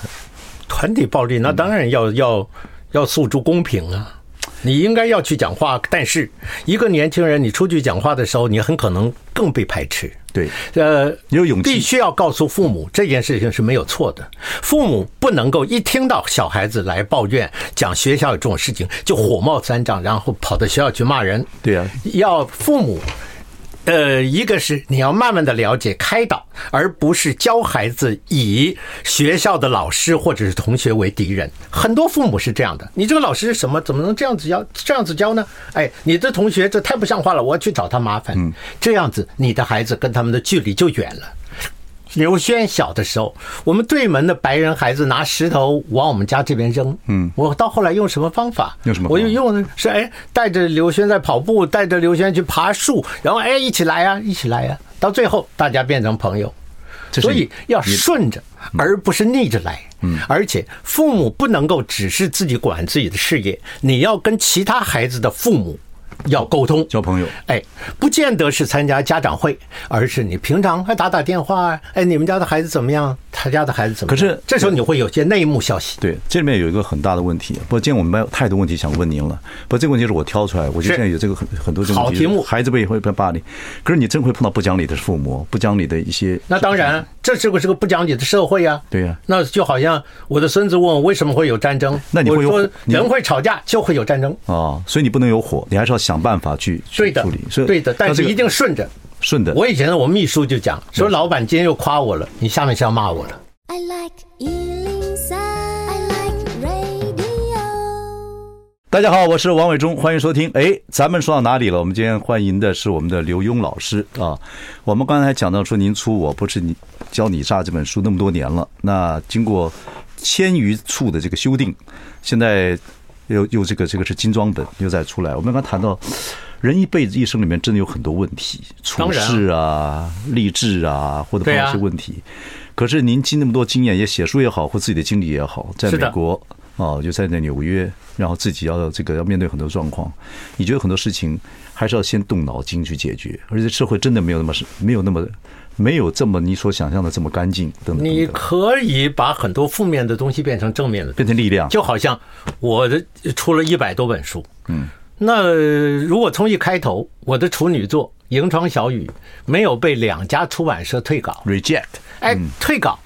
S2: 团体暴力，那当然要、要要诉诸公平啊！你应该要去讲话，但是一个年轻人，你出去讲话的时候，你很可能更被排斥。
S1: 对
S2: 呃，
S1: 你有勇气
S2: 必须要告诉父母这件事情是没有错的。父母不能够一听到小孩子来抱怨，讲学校有这种事情，就火冒三丈，然后跑到学校去骂人。
S1: 对啊
S2: 要父母。呃，一个是你要慢慢的了解开导，而不是教孩子以学校的老师或者是同学为敌人。很多父母是这样的，你这个老师是什么？怎么能这样子教？这样子教呢？哎，你的同学这太不像话了，我要去找他麻烦。这样子，你的孩子跟他们的距离就远了。刘轩小的时候，我们对门的白人孩子拿石头往我们家这边扔。嗯，我到后来用什么方法？
S1: 用什么方法
S2: 我就用的是哎，带着刘轩在跑步，带着刘轩去爬树，然后哎，一起来啊，一起来啊，到最后大家变成朋友。
S1: 这是
S2: 所以要
S1: 你
S2: 顺着，而不是逆着来。嗯，而且父母不能够只是自己管自己的事业，你要跟其他孩子的父母要沟通，
S1: 交朋友
S2: 哎，不见得是参加家长会，而是你平常还打打电话啊，哎，你们家的孩子怎么样？他家的孩子怎么样？
S1: 可是
S2: 这时候你会有些内幕消息。
S1: 对，这里面有一个很大的问题。不过今天我们班有太多问题想问您了。不过这个问题是我挑出来，我觉得
S2: 是
S1: 现在有这个很很多这个
S2: 好
S1: 问题
S2: 题目
S1: 孩子被会被霸凌，可是你真会碰到不讲理的父母，不讲理的一些。
S2: 那当然，这是个是个不讲理的社会啊。
S1: 对呀
S2: 那就好像我的孙子问我为什么会有战争，
S1: 那你会
S2: 我
S1: 有
S2: 说
S1: 你
S2: 人会吵架就会有战争，
S1: 啊、所以你不能有火，你还是要想办法去去
S2: 对的
S1: 处理。所，以
S2: 对的，但
S1: 那这
S2: 是
S1: 个
S2: 一定顺着。
S1: 顺的。
S2: 我以前我秘书就讲说，老板今天又夸我了，你下面是要骂我了。
S3: I like Ealing Sound. I like radio.
S1: 大家好，我是王伟忠，欢迎收听。哎，咱们说到哪里了？我们今天欢迎的是我们的刘墉老师啊。我们刚才讲到说，您出《我不是你教你诈》这本书那么多年了，那经过千余处的这个修订，现在又又这个这个是精装本又再出来。我们刚才谈到，人一辈子一生里面真的有很多问题，处
S2: 当然啊
S1: 事啊、励志啊，或者碰
S2: 对
S1: 到
S2: 啊
S1: 一些问题。可是您经那么多经验，也写书也好，或自己的经历也好，在
S2: 是
S1: 美
S2: 的
S1: 国哦，就在在纽约，然后自己要这个要面对很多状况，你觉得很多事情还是要先动脑筋去解决，而且社会真的没有那么没有那么没有这么你所想象的这么干净，等等
S2: 你
S1: 等等，
S2: 可以把很多负面的东西变成正面的，
S1: 变成力量，
S2: 就好像我的出了一百多本书，嗯，那如果从一开头我的处女作《萤窗小雨》没有被两家出版社退稿，
S1: reject，
S2: 哎，退稿。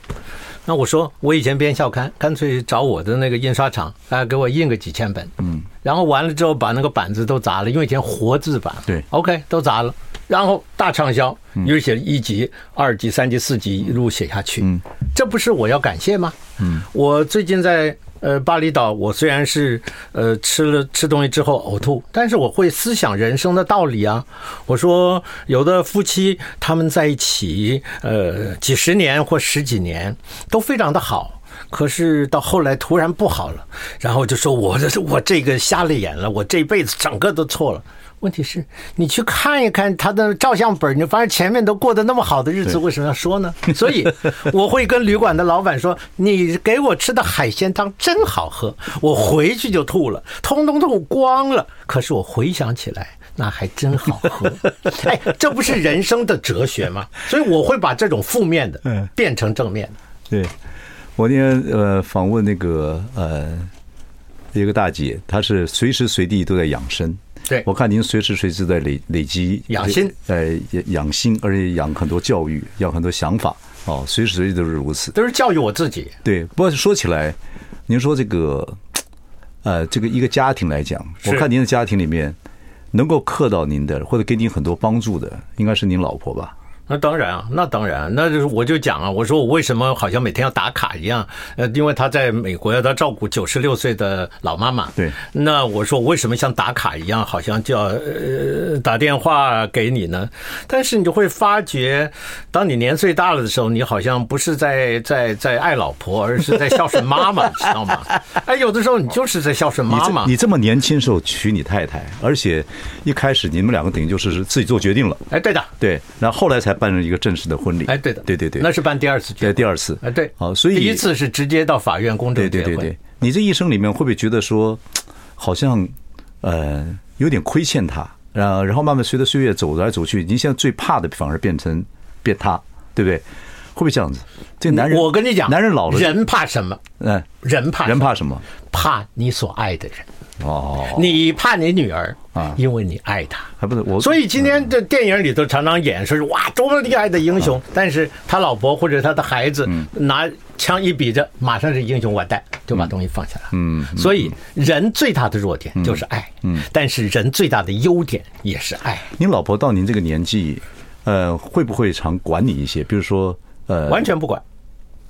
S2: 那我说，我以前编校刊，干脆找我的那个印刷厂，啊，给我印个几千本，嗯，然后完了之后把那个板子都砸了，因为以前活字版，
S1: 对
S2: ，OK 都砸了，然后大畅销，于是写一集、二集、三集、四集一路写下去，嗯嗯，这不是我要感谢吗？嗯，我最近在呃巴厘岛，我虽然是呃吃了吃东西之后呕吐，但是我会思想人生的道理啊。我说有的夫妻他们在一起呃几十年或十几年都非常的好。可是到后来突然不好了，然后就说 我这我这个瞎了眼了，我这辈子整个都错了。问题是，你去看一看他的照相本，你发现前面都过得那么好的日子，
S1: 对
S2: 为什么要 说呢？所以我会跟旅馆的老板说：“你给我吃的海鲜汤真好喝，我回去就吐了，通通吐光了。可是我回想起来，那还真好 喝。哎，这不是人生的哲学吗？所以我会把这种负面的
S1: 嗯
S2: 变成正面的。
S1: 对，我那天呃访问那个呃一个大姐，她是随时随地都在养生。
S2: 对
S1: 我看您随时随地在累累积
S2: 养心，
S1: 呃，养心，而且养很多教育，养很多想法，哦，随时随地都是如此。
S2: 都是教育我自己。
S1: 对，不过说起来，您说这个，呃，这个一个家庭来讲，
S2: 是
S1: 我看您的家庭里面能够克到您的，或者给您很多帮助的，应该是您老婆吧？
S2: 那当然啊，那当然，那就是我就讲啊，我说我为什么好像每天要打卡一样？呃，因为他在美国，他照顾九十六岁的老妈妈。
S1: 对
S2: 那我说我为什么像打卡一样，好像就要呃打电话给你呢？但是你就会发觉，当你年岁大了的时候，你好像不是在在在爱老婆，而是在孝顺妈妈，你知 道吗？哎，有的时候你就是在孝顺
S1: 你
S2: 妈
S1: 这
S2: 妈。
S1: 你这么年轻时候娶你太太，而且一开始你们两个等于就是自己做决定了，
S2: 哎，对的，
S1: 对，然后后来才办了一个正式的婚礼。
S2: 哎，对的，
S1: 对对对，
S2: 那是办第二次结
S1: 在
S2: 婚。
S1: 第二次。
S2: 哎，对，
S1: 好，所以
S2: 第一次是直接到法院公
S1: 对
S2: 证结
S1: 对
S2: 婚。
S1: 对对，你这一生里面会不会觉得说，好像呃有点亏欠他，然后然后慢慢随着岁月走来走去，您现在最怕的反而变成变他，对不对？会不会这样子？这男人，
S2: 我跟你讲，
S1: 男人老了，
S2: 人怕什么？
S1: 嗯，
S2: 人怕什
S1: 人
S2: 么
S1: 怕什么？
S2: 怕你所爱的人，
S1: 哦，
S2: 你怕你女儿
S1: 啊
S2: 因为你爱她。
S1: 还不能我，嗯
S2: 所以今天这电影里头常常演说是哇多么厉害的英
S1: 嗯
S2: 雄，但是他老婆或者他的孩子拿枪一比着，马上是英雄完蛋，就把东西放下了。嗯，所以人最大的弱点就是爱，嗯，但是人最大的优点也是爱，
S1: 您老婆到您这个年纪，呃，会不会常管你一些？比如说，呃，
S2: 完全不管。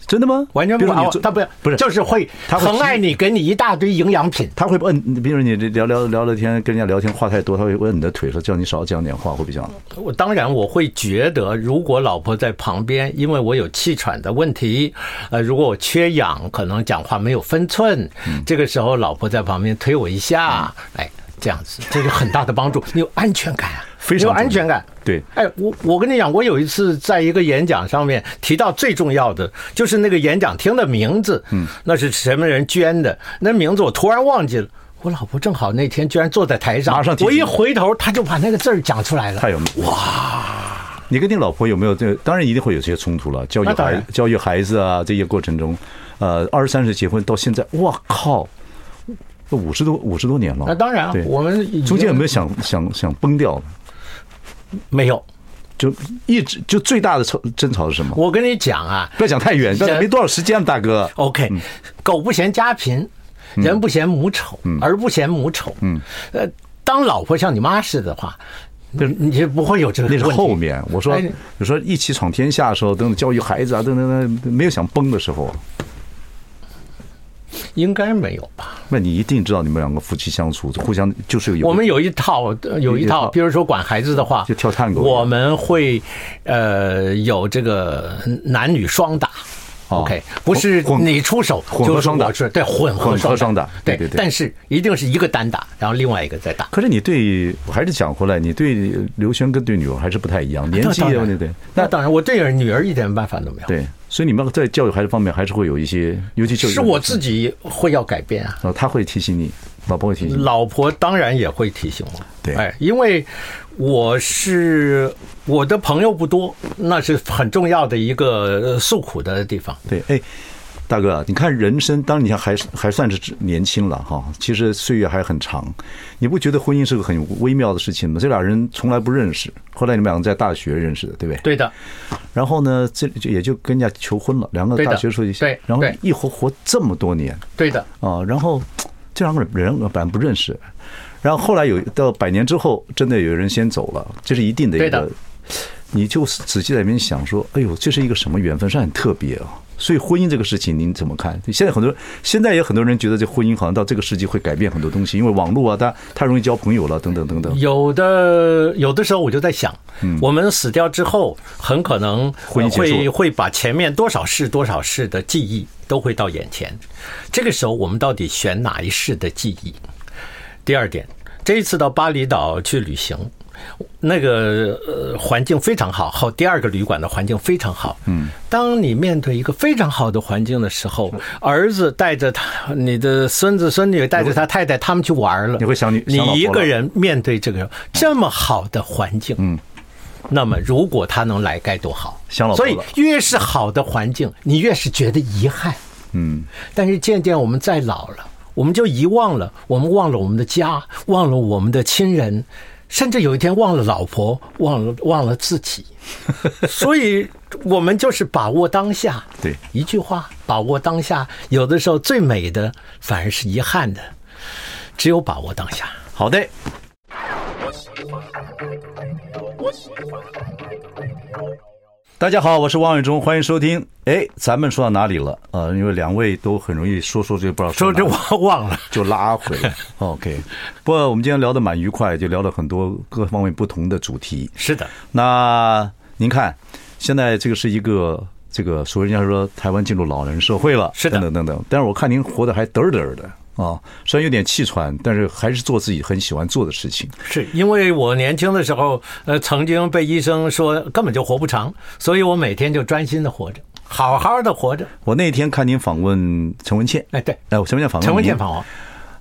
S1: 真的吗？
S2: 完全
S1: 比
S2: 不
S1: 如说
S2: 管
S1: 你
S2: 啊
S1: 做，
S2: 他不
S1: 不是
S2: 就是会
S1: 他会
S2: 疼爱
S1: 提
S2: 你，给你一大堆营养品。
S1: 他会不摁，比如你这聊聊聊聊天，跟人家聊天话太多，他会摁你的腿说叫你少讲点话，会不会这样？
S2: 我当然我会觉得，如果老婆在旁边，因为我有气喘的问题，呃，如果我缺氧，可能讲话没有分寸，
S1: 嗯
S2: 这个时候老婆在旁边推我一下，哎，这样子，这就很大的帮助，你有安全感啊，
S1: 非常
S2: 你有安
S1: 重要
S2: 全感。
S1: 对
S2: 哎，我我跟你讲，我有一次在一个演讲上面提到最重要的就是那个演讲厅的名字，嗯，那是什么人捐的？那名字我突然忘记了。我老婆正好那天居然坐在台上，
S1: 马上提
S2: 我
S1: 醒
S2: 一回头，她就把那个字儿讲出来了。
S1: 太有哇！你跟你老婆有没有这？当然一定会有这些冲突了，教育
S2: 那当
S1: 孩
S2: 然
S1: 教育孩子啊，这些过程中，呃，二十三岁结婚到现在，哇靠，五十多五十多年了。
S2: 那当然啊
S1: 对，
S2: 我们已
S1: 中间有没有
S2: 经
S1: 想想想崩掉？
S2: 没有？
S1: 就一直就最大的吵争吵是什么？
S2: 我跟你讲啊
S1: 不要讲太远，
S2: 想
S1: 但没多少时间，大哥。
S2: ，OK，狗不嫌家贫，
S1: 嗯
S2: 人不嫌母丑，儿不嫌母丑。嗯，呃，当老婆像你妈似的话，你你就不哦会有这个
S1: 那
S2: 问
S1: 是
S2: 题。
S1: 后面，我说
S2: 哎
S1: 我说一起闯天下的时候，等等教育孩子啊，等等等，没有想崩的时候，
S2: 应该没有吧？
S1: 那你一定知道你们两个夫妻相处互相就是有
S2: 我们有一套，呃
S1: 有
S2: 有一
S1: 一
S2: 套，
S1: 套
S2: 比如说管孩子的话，
S1: 就跳探戈
S2: 我们会呃有这个男女双打。
S1: 哦
S2: OK，不是
S1: 混混
S2: 你出手，
S1: 混合
S2: 就是
S1: 双打
S2: 我出对混合
S1: 混合
S2: 双
S1: 双打对对对
S2: 但是一定是一个单打，然后另外一个再打。
S1: 可是你对，我还是讲回来，你对刘轩跟对女儿还是不太一样，年纪也有
S2: 那当然
S1: 对对，
S2: 那当然，我对女儿一点办法都没有。
S1: 对，所以你们在教育孩子方面还是会有一些，尤其就是
S2: 我自己会要改变啊。
S1: 哦，他会提醒你，老婆会提醒你，
S2: 老婆当然也会提醒我，
S1: 嗯对
S2: 哎，因为我是我的朋友不多，那是很重要的一个呃诉苦的地方。
S1: 对，哎，大哥啊，你看人生，当然你还还算是年轻了哈，其实岁月还很长，你不觉得婚姻是个很微妙的事情吗？这俩人从来不认识，后来你们两个在大学认识的，对不对？
S2: 对的，
S1: 然后呢，这就也就跟人家求婚了，两个
S2: 对的
S1: 大学时候就
S2: 对
S1: 然后
S2: 对
S1: 一活活这么多年
S2: 对的，
S1: 啊，然后这两个人呃反正不认识，然后后来有到百年之后，真的有人先走了，这是一定的一
S2: 对
S1: 个
S2: 的，
S1: 你就仔细在里面想说，哎呦，这是一个什么缘分，是很特别啊。所以婚姻这个事情您怎么看？现在很多，现在也很多人觉得这婚姻好像到这个世纪会改变很多东西，因为网络啊，大太容易交朋友了，等等等等。
S2: 有的有的时候我就在想，我们死掉之后，很可能
S1: 嗯婚姻结束
S2: 会
S1: 了
S2: 会把前面多少世多少世的记忆都会到眼前。这个时候，我们到底选哪一世的记忆？第二点，这一次到巴厘岛去旅行，那个呃环境非常好，后第二个旅馆的环境非常好。嗯，当你面对一个非常好的环境的时候，儿子带着他，你的孙子孙女带着他太太，他们去玩了，
S1: 你会想你
S2: 你
S1: 想老婆
S2: 一
S1: 了
S2: 个人面对这个这么好的环境，嗯。那么，如果他能来，该多好！
S1: 想老婆
S2: 所
S1: 了
S2: 以，越是好的环境，你越是觉得遗憾。
S1: 嗯，
S2: 但是渐渐我们再老了，我们就遗忘了，我们忘了我们的家，忘了我们的亲人，甚至有一天忘了老婆，忘了忘了自己。所以，我们就是把握当下。
S1: 对
S2: 一句话，把握当下。有的时候最美的反而是遗憾的，只有把握当下。
S1: 好的。大家好，我是王伟忠，欢迎收听。哎，咱们说到哪里了？呃，因为两位都很容易说说这不知道
S2: 说
S1: 哪里
S2: 这我忘了。
S1: 就拉回 来。OK，不过我们今天聊得蛮愉快，就聊了很多各方面不同的主题。
S2: 是的，
S1: 那您看，现在这个是一个这个，所以人家说台湾进入老人社会了，
S2: 是的
S1: 等等等等。但是我看您活得还嘚儿嘚儿的啊，虽然有点气喘，但是还是做自己很喜欢做的事情。
S2: 是因为我年轻的时候，呃，曾经被医生说根本就活不长，所以我每天就专心的活着，好好的活着。
S1: 我那天看您访问陈文茜，
S2: 哎，对，
S1: 哎，我陈文茜访问
S2: 陈文
S1: 您
S2: 健访问，
S1: 嗯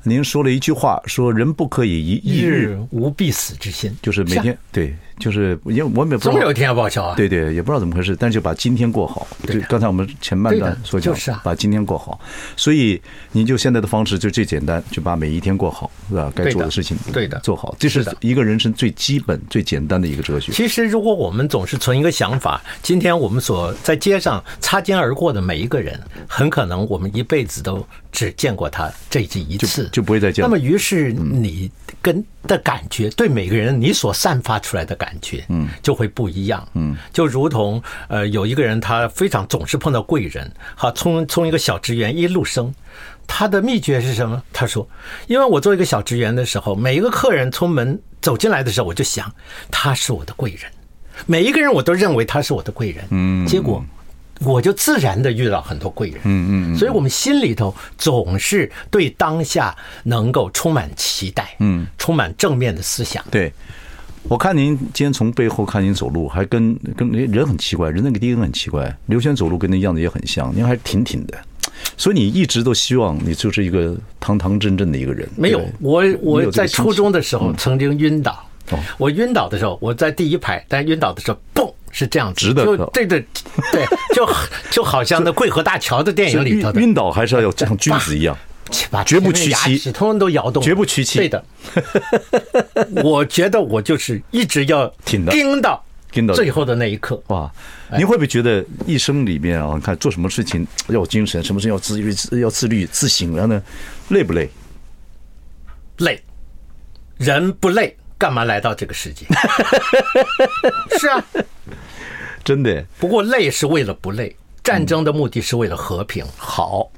S1: 您说了一句话，说人不可以一一
S2: 一
S1: 日，
S2: 日无必死之心，
S1: 就是每
S2: 是啊
S1: 天对，就是因为我们也不知道
S2: 总有一天要报销啊。，
S1: 对对，也不知道怎么回事，但就把今天过好。就
S2: 对的
S1: 刚才我们前半段
S2: 对的
S1: 所讲，
S2: 就是啊
S1: 把今天过好。所以您就现在的方式就最简单，就把每一天过好，是吧？该
S2: 对
S1: 做
S2: 的
S1: 的事情
S2: 对的
S1: 做好，这是
S2: 是的
S1: 一个人生最基本、最简单的一个哲学。
S2: 其实如果我们总是存一个想法，今天我们所在街上擦肩而过的每一个人，很可能我们一辈子都只见过他这这一次，
S1: 就不会再见了嗯
S2: 那么，于是你跟的感觉，对每个人你所散发出来的感觉，嗯，就会不一样，嗯，就如同呃，有一个人他非常总是碰到贵人，好，从从一个小职员一路升。他的秘诀是什么？他说：“因为我做一个小职员的时候，每一个客人从门走进来的时候，我就想他是我的贵人，每一个人我都认为他是我的贵人，嗯，结果我就自然的遇到很多贵人，嗯嗯，所以我们心里头总是对当下能够充满期待，嗯，充满正面的思想，
S1: 对，我看您今天从背后看您走路，还跟跟人很奇怪，人那个低音很奇怪。刘轩走路跟那样子也很像，您还挺挺的。所以你一直都希望你就是一个堂堂正正的一个人。
S2: 没有
S1: 对，
S2: 我
S1: 你有
S2: 我
S1: 这个
S2: 在
S1: 心情嗯
S2: 初中的时候曾经晕倒
S1: 哦，
S2: 我晕倒的时候我在第一排，但晕倒的时候嘣是这样子，
S1: 直的
S2: 就
S1: 哦
S2: 对对对，就就 好像那桂河大桥的电影里头的
S1: 晕晕倒还是要有像君子一样。
S2: 把
S1: 绝不
S2: 前面
S1: 屈
S2: 的
S1: 膝
S2: 牙齿通通都摇动，
S1: 绝不屈膝
S2: 对的，我觉得我就是一直要
S1: 挺的
S2: 盯到
S1: 盯到
S2: 最后的那一刻。
S1: 哇，
S2: 哎
S1: 您会不会觉得一生里面啊，你看做什么事情要有精神，什么事情要自律、要自律、自省，然后呢，累不累？
S2: 累，人不累，干嘛来到这个世 界？是 啊，
S1: 真的，
S2: 不过累是为了不累，战争的目的是为了和平。
S1: 好，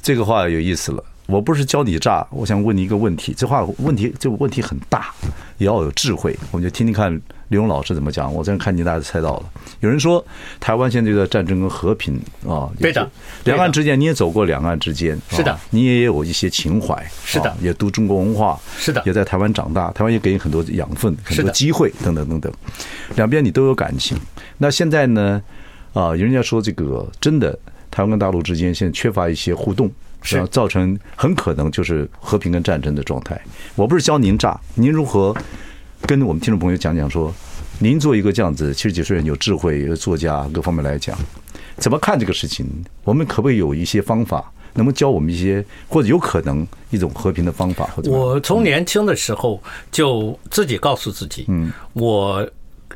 S1: 这个话有意思了。我不是教你诈，我想问你一个问题，这话问题这个问题很大，也要有智慧。我们就听听看刘勇老师怎么讲。我这样看你大家猜到了。有人说台湾现在的战争跟和平啊，也
S2: 对的
S1: 是
S2: 对的
S1: 两岸之间你也走过两岸之间，啊
S2: 是的
S1: 你也有一些情怀，
S2: 是的
S1: 啊也读中国文化，
S2: 是的
S1: 也在台湾长大，台湾也给你很多养分，很
S2: 是
S1: 多
S2: 的
S1: 机会等等等等，两边你都有感情。那现在呢？啊，人家说这个真的，台湾跟大陆之间现在缺乏一些互动，
S2: 是
S1: 然后造成很可能就是和平跟战争的状态。我不是教您诈，您如何跟我们听众朋友讲讲说，您作为一个这样子七十几岁人有智慧有作家各方面来讲，怎么看这个事情？我们可不可以有一些方法，能不能教我们一些，或者有可能一种和平的方法，或者怎么样
S2: 我从年轻的时候就自己告诉自己，嗯，我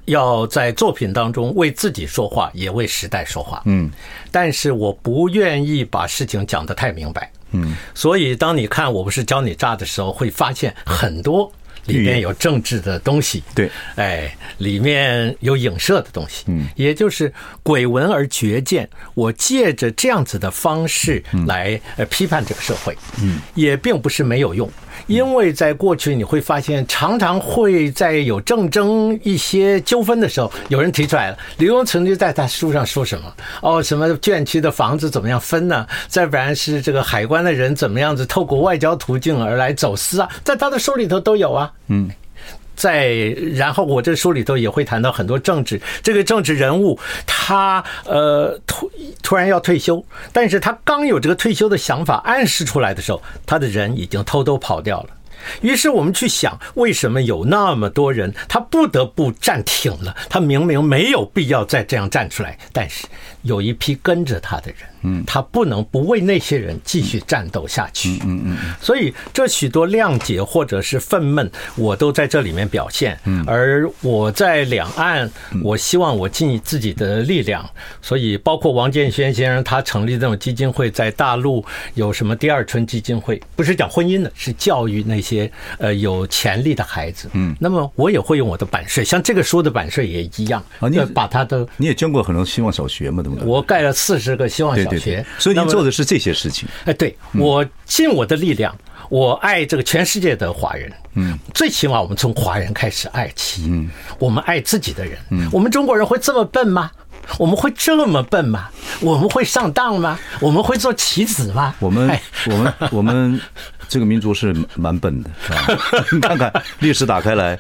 S2: 要在作品当中为自己说话，也为时代说话，嗯，但是我不愿意把事情讲得太明白，嗯，所以当你看我不是教你诈的时候，会发现很多。里
S1: 寓
S2: 面
S1: 言
S2: 有政治的东西，
S1: 对
S2: 哎，里面有影射的东西，嗯，也就是鬼文而绝见。我借着这样子的方式来呃批判这个社会，嗯，也并不是没有用，因为在过去你会发现，常常会在有政争一些纠纷的时候，有人提出来了，刘永存就在他书上说什么哦，什么卷区的房子怎么样分呢？再不然是这个海关的人怎么样子透过外交途径而来走私啊，在他的书里头都有啊，在，然后我这书里头也会谈到很多政治，这个政治人物他呃突突然要退休，但是他刚有这个退休的想法暗示出来的时候，他的人已经偷偷跑掉了。于是我们去想，为什么有那么多人他不得不站挺了？他明明没有必要再这样站出来，但是有一批跟着他的人，嗯，他不能不为那些人继续战斗下去，嗯嗯所以这许多谅解或者是愤懑，我都在这里面表现。
S1: 嗯
S2: 而我在两岸，我希望我尽自己的力量。所以，包括王建轩先生他成立这种基金会，在大陆有什么第二春基金会，不是讲婚姻的，是教育那些呃有潜力的孩子。嗯，那么我也会用我的版税，像这个书的版税也一样，
S1: 啊你
S2: 要把它的。
S1: 你也捐过很多希望小学嘛，对不对？
S2: 我盖了四十个希望
S1: 对
S2: 啊小
S1: 对
S2: 学
S1: 对，，所以您
S2: 那么
S1: 做的是这些事 情。
S2: 哎，对
S1: 嗯
S2: 我尽我的力量，我爱这个全世界的华人。嗯，最起码我们从华人开始爱起。嗯，我们爱自己的人。嗯，我们中国人会这么笨吗？我们会这么笨吗？我们会上当吗？我们会做棋子吗？
S1: 我们
S2: 哎
S1: 我们我 们这个民族是蛮笨的，啊、你看看历史打开来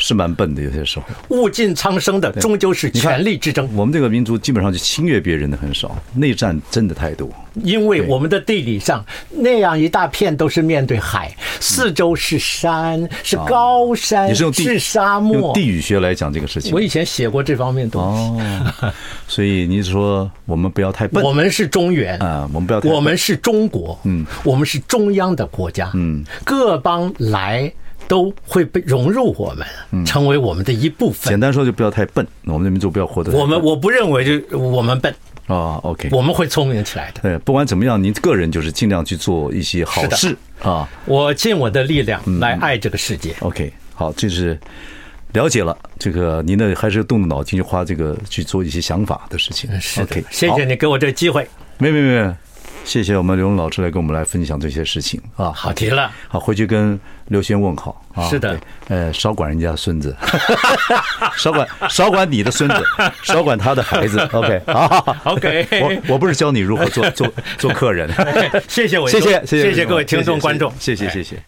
S1: 是蛮笨的，有些时候。
S2: 物尽苍生的终究是
S1: 你看
S2: 权力之争，
S1: 我们这个民族基本上就侵略别人的很少，内战真的太多。
S2: 因为我们的地理上那样一大片都是面对海，四周是山，是高
S1: 嗯
S2: 山，
S1: 哦你是用地
S2: 沙
S1: 用
S2: 漠。
S1: 地理学来讲这个事情
S2: 我。以前写过这方面的东西。
S1: 哦，所以你是说我们不要太笨
S2: 我们是中原
S1: 啊，我们不要太笨
S2: 我们是中国，嗯，我们是中央的国家，嗯，各邦来都会被融入我
S1: 嗯
S2: 们，成为我们的一部
S1: 简
S2: 分。
S1: 单说就不要太笨，我们的民族不要活得太笨
S2: 我们我不认为就是我们笨，
S1: 啊，OK。
S2: 我们会聪明起来的。
S1: 对，不管怎么样，您个人就是尽量去做一些好
S2: 是的
S1: 事啊。
S2: 我尽我的力量
S1: 嗯
S2: 来爱这个世界。
S1: OK，好，这是了解了。这个您呢，还是动动脑筋去花这个去做一些想法呃的事情。
S2: 是的
S1: OK，，
S2: 谢
S1: 好
S2: 谢。你给我这个机会。
S1: 没没没，谢谢我们刘荣老师来跟我们来分享这些事情啊。
S2: 好 极了，
S1: 好，回去跟刘轩问好啊。
S2: 是的
S1: 对，呃，少管人家孙子， 少管少管你的孙子，少管他的孩子。OK，好
S2: OK
S1: 我我不是教你如何做做做客人，
S2: 谢谢我，
S1: 谢谢
S2: 谢
S1: 谢
S2: 谢各位听众观众，
S1: 谢谢
S2: 哎
S1: 谢谢。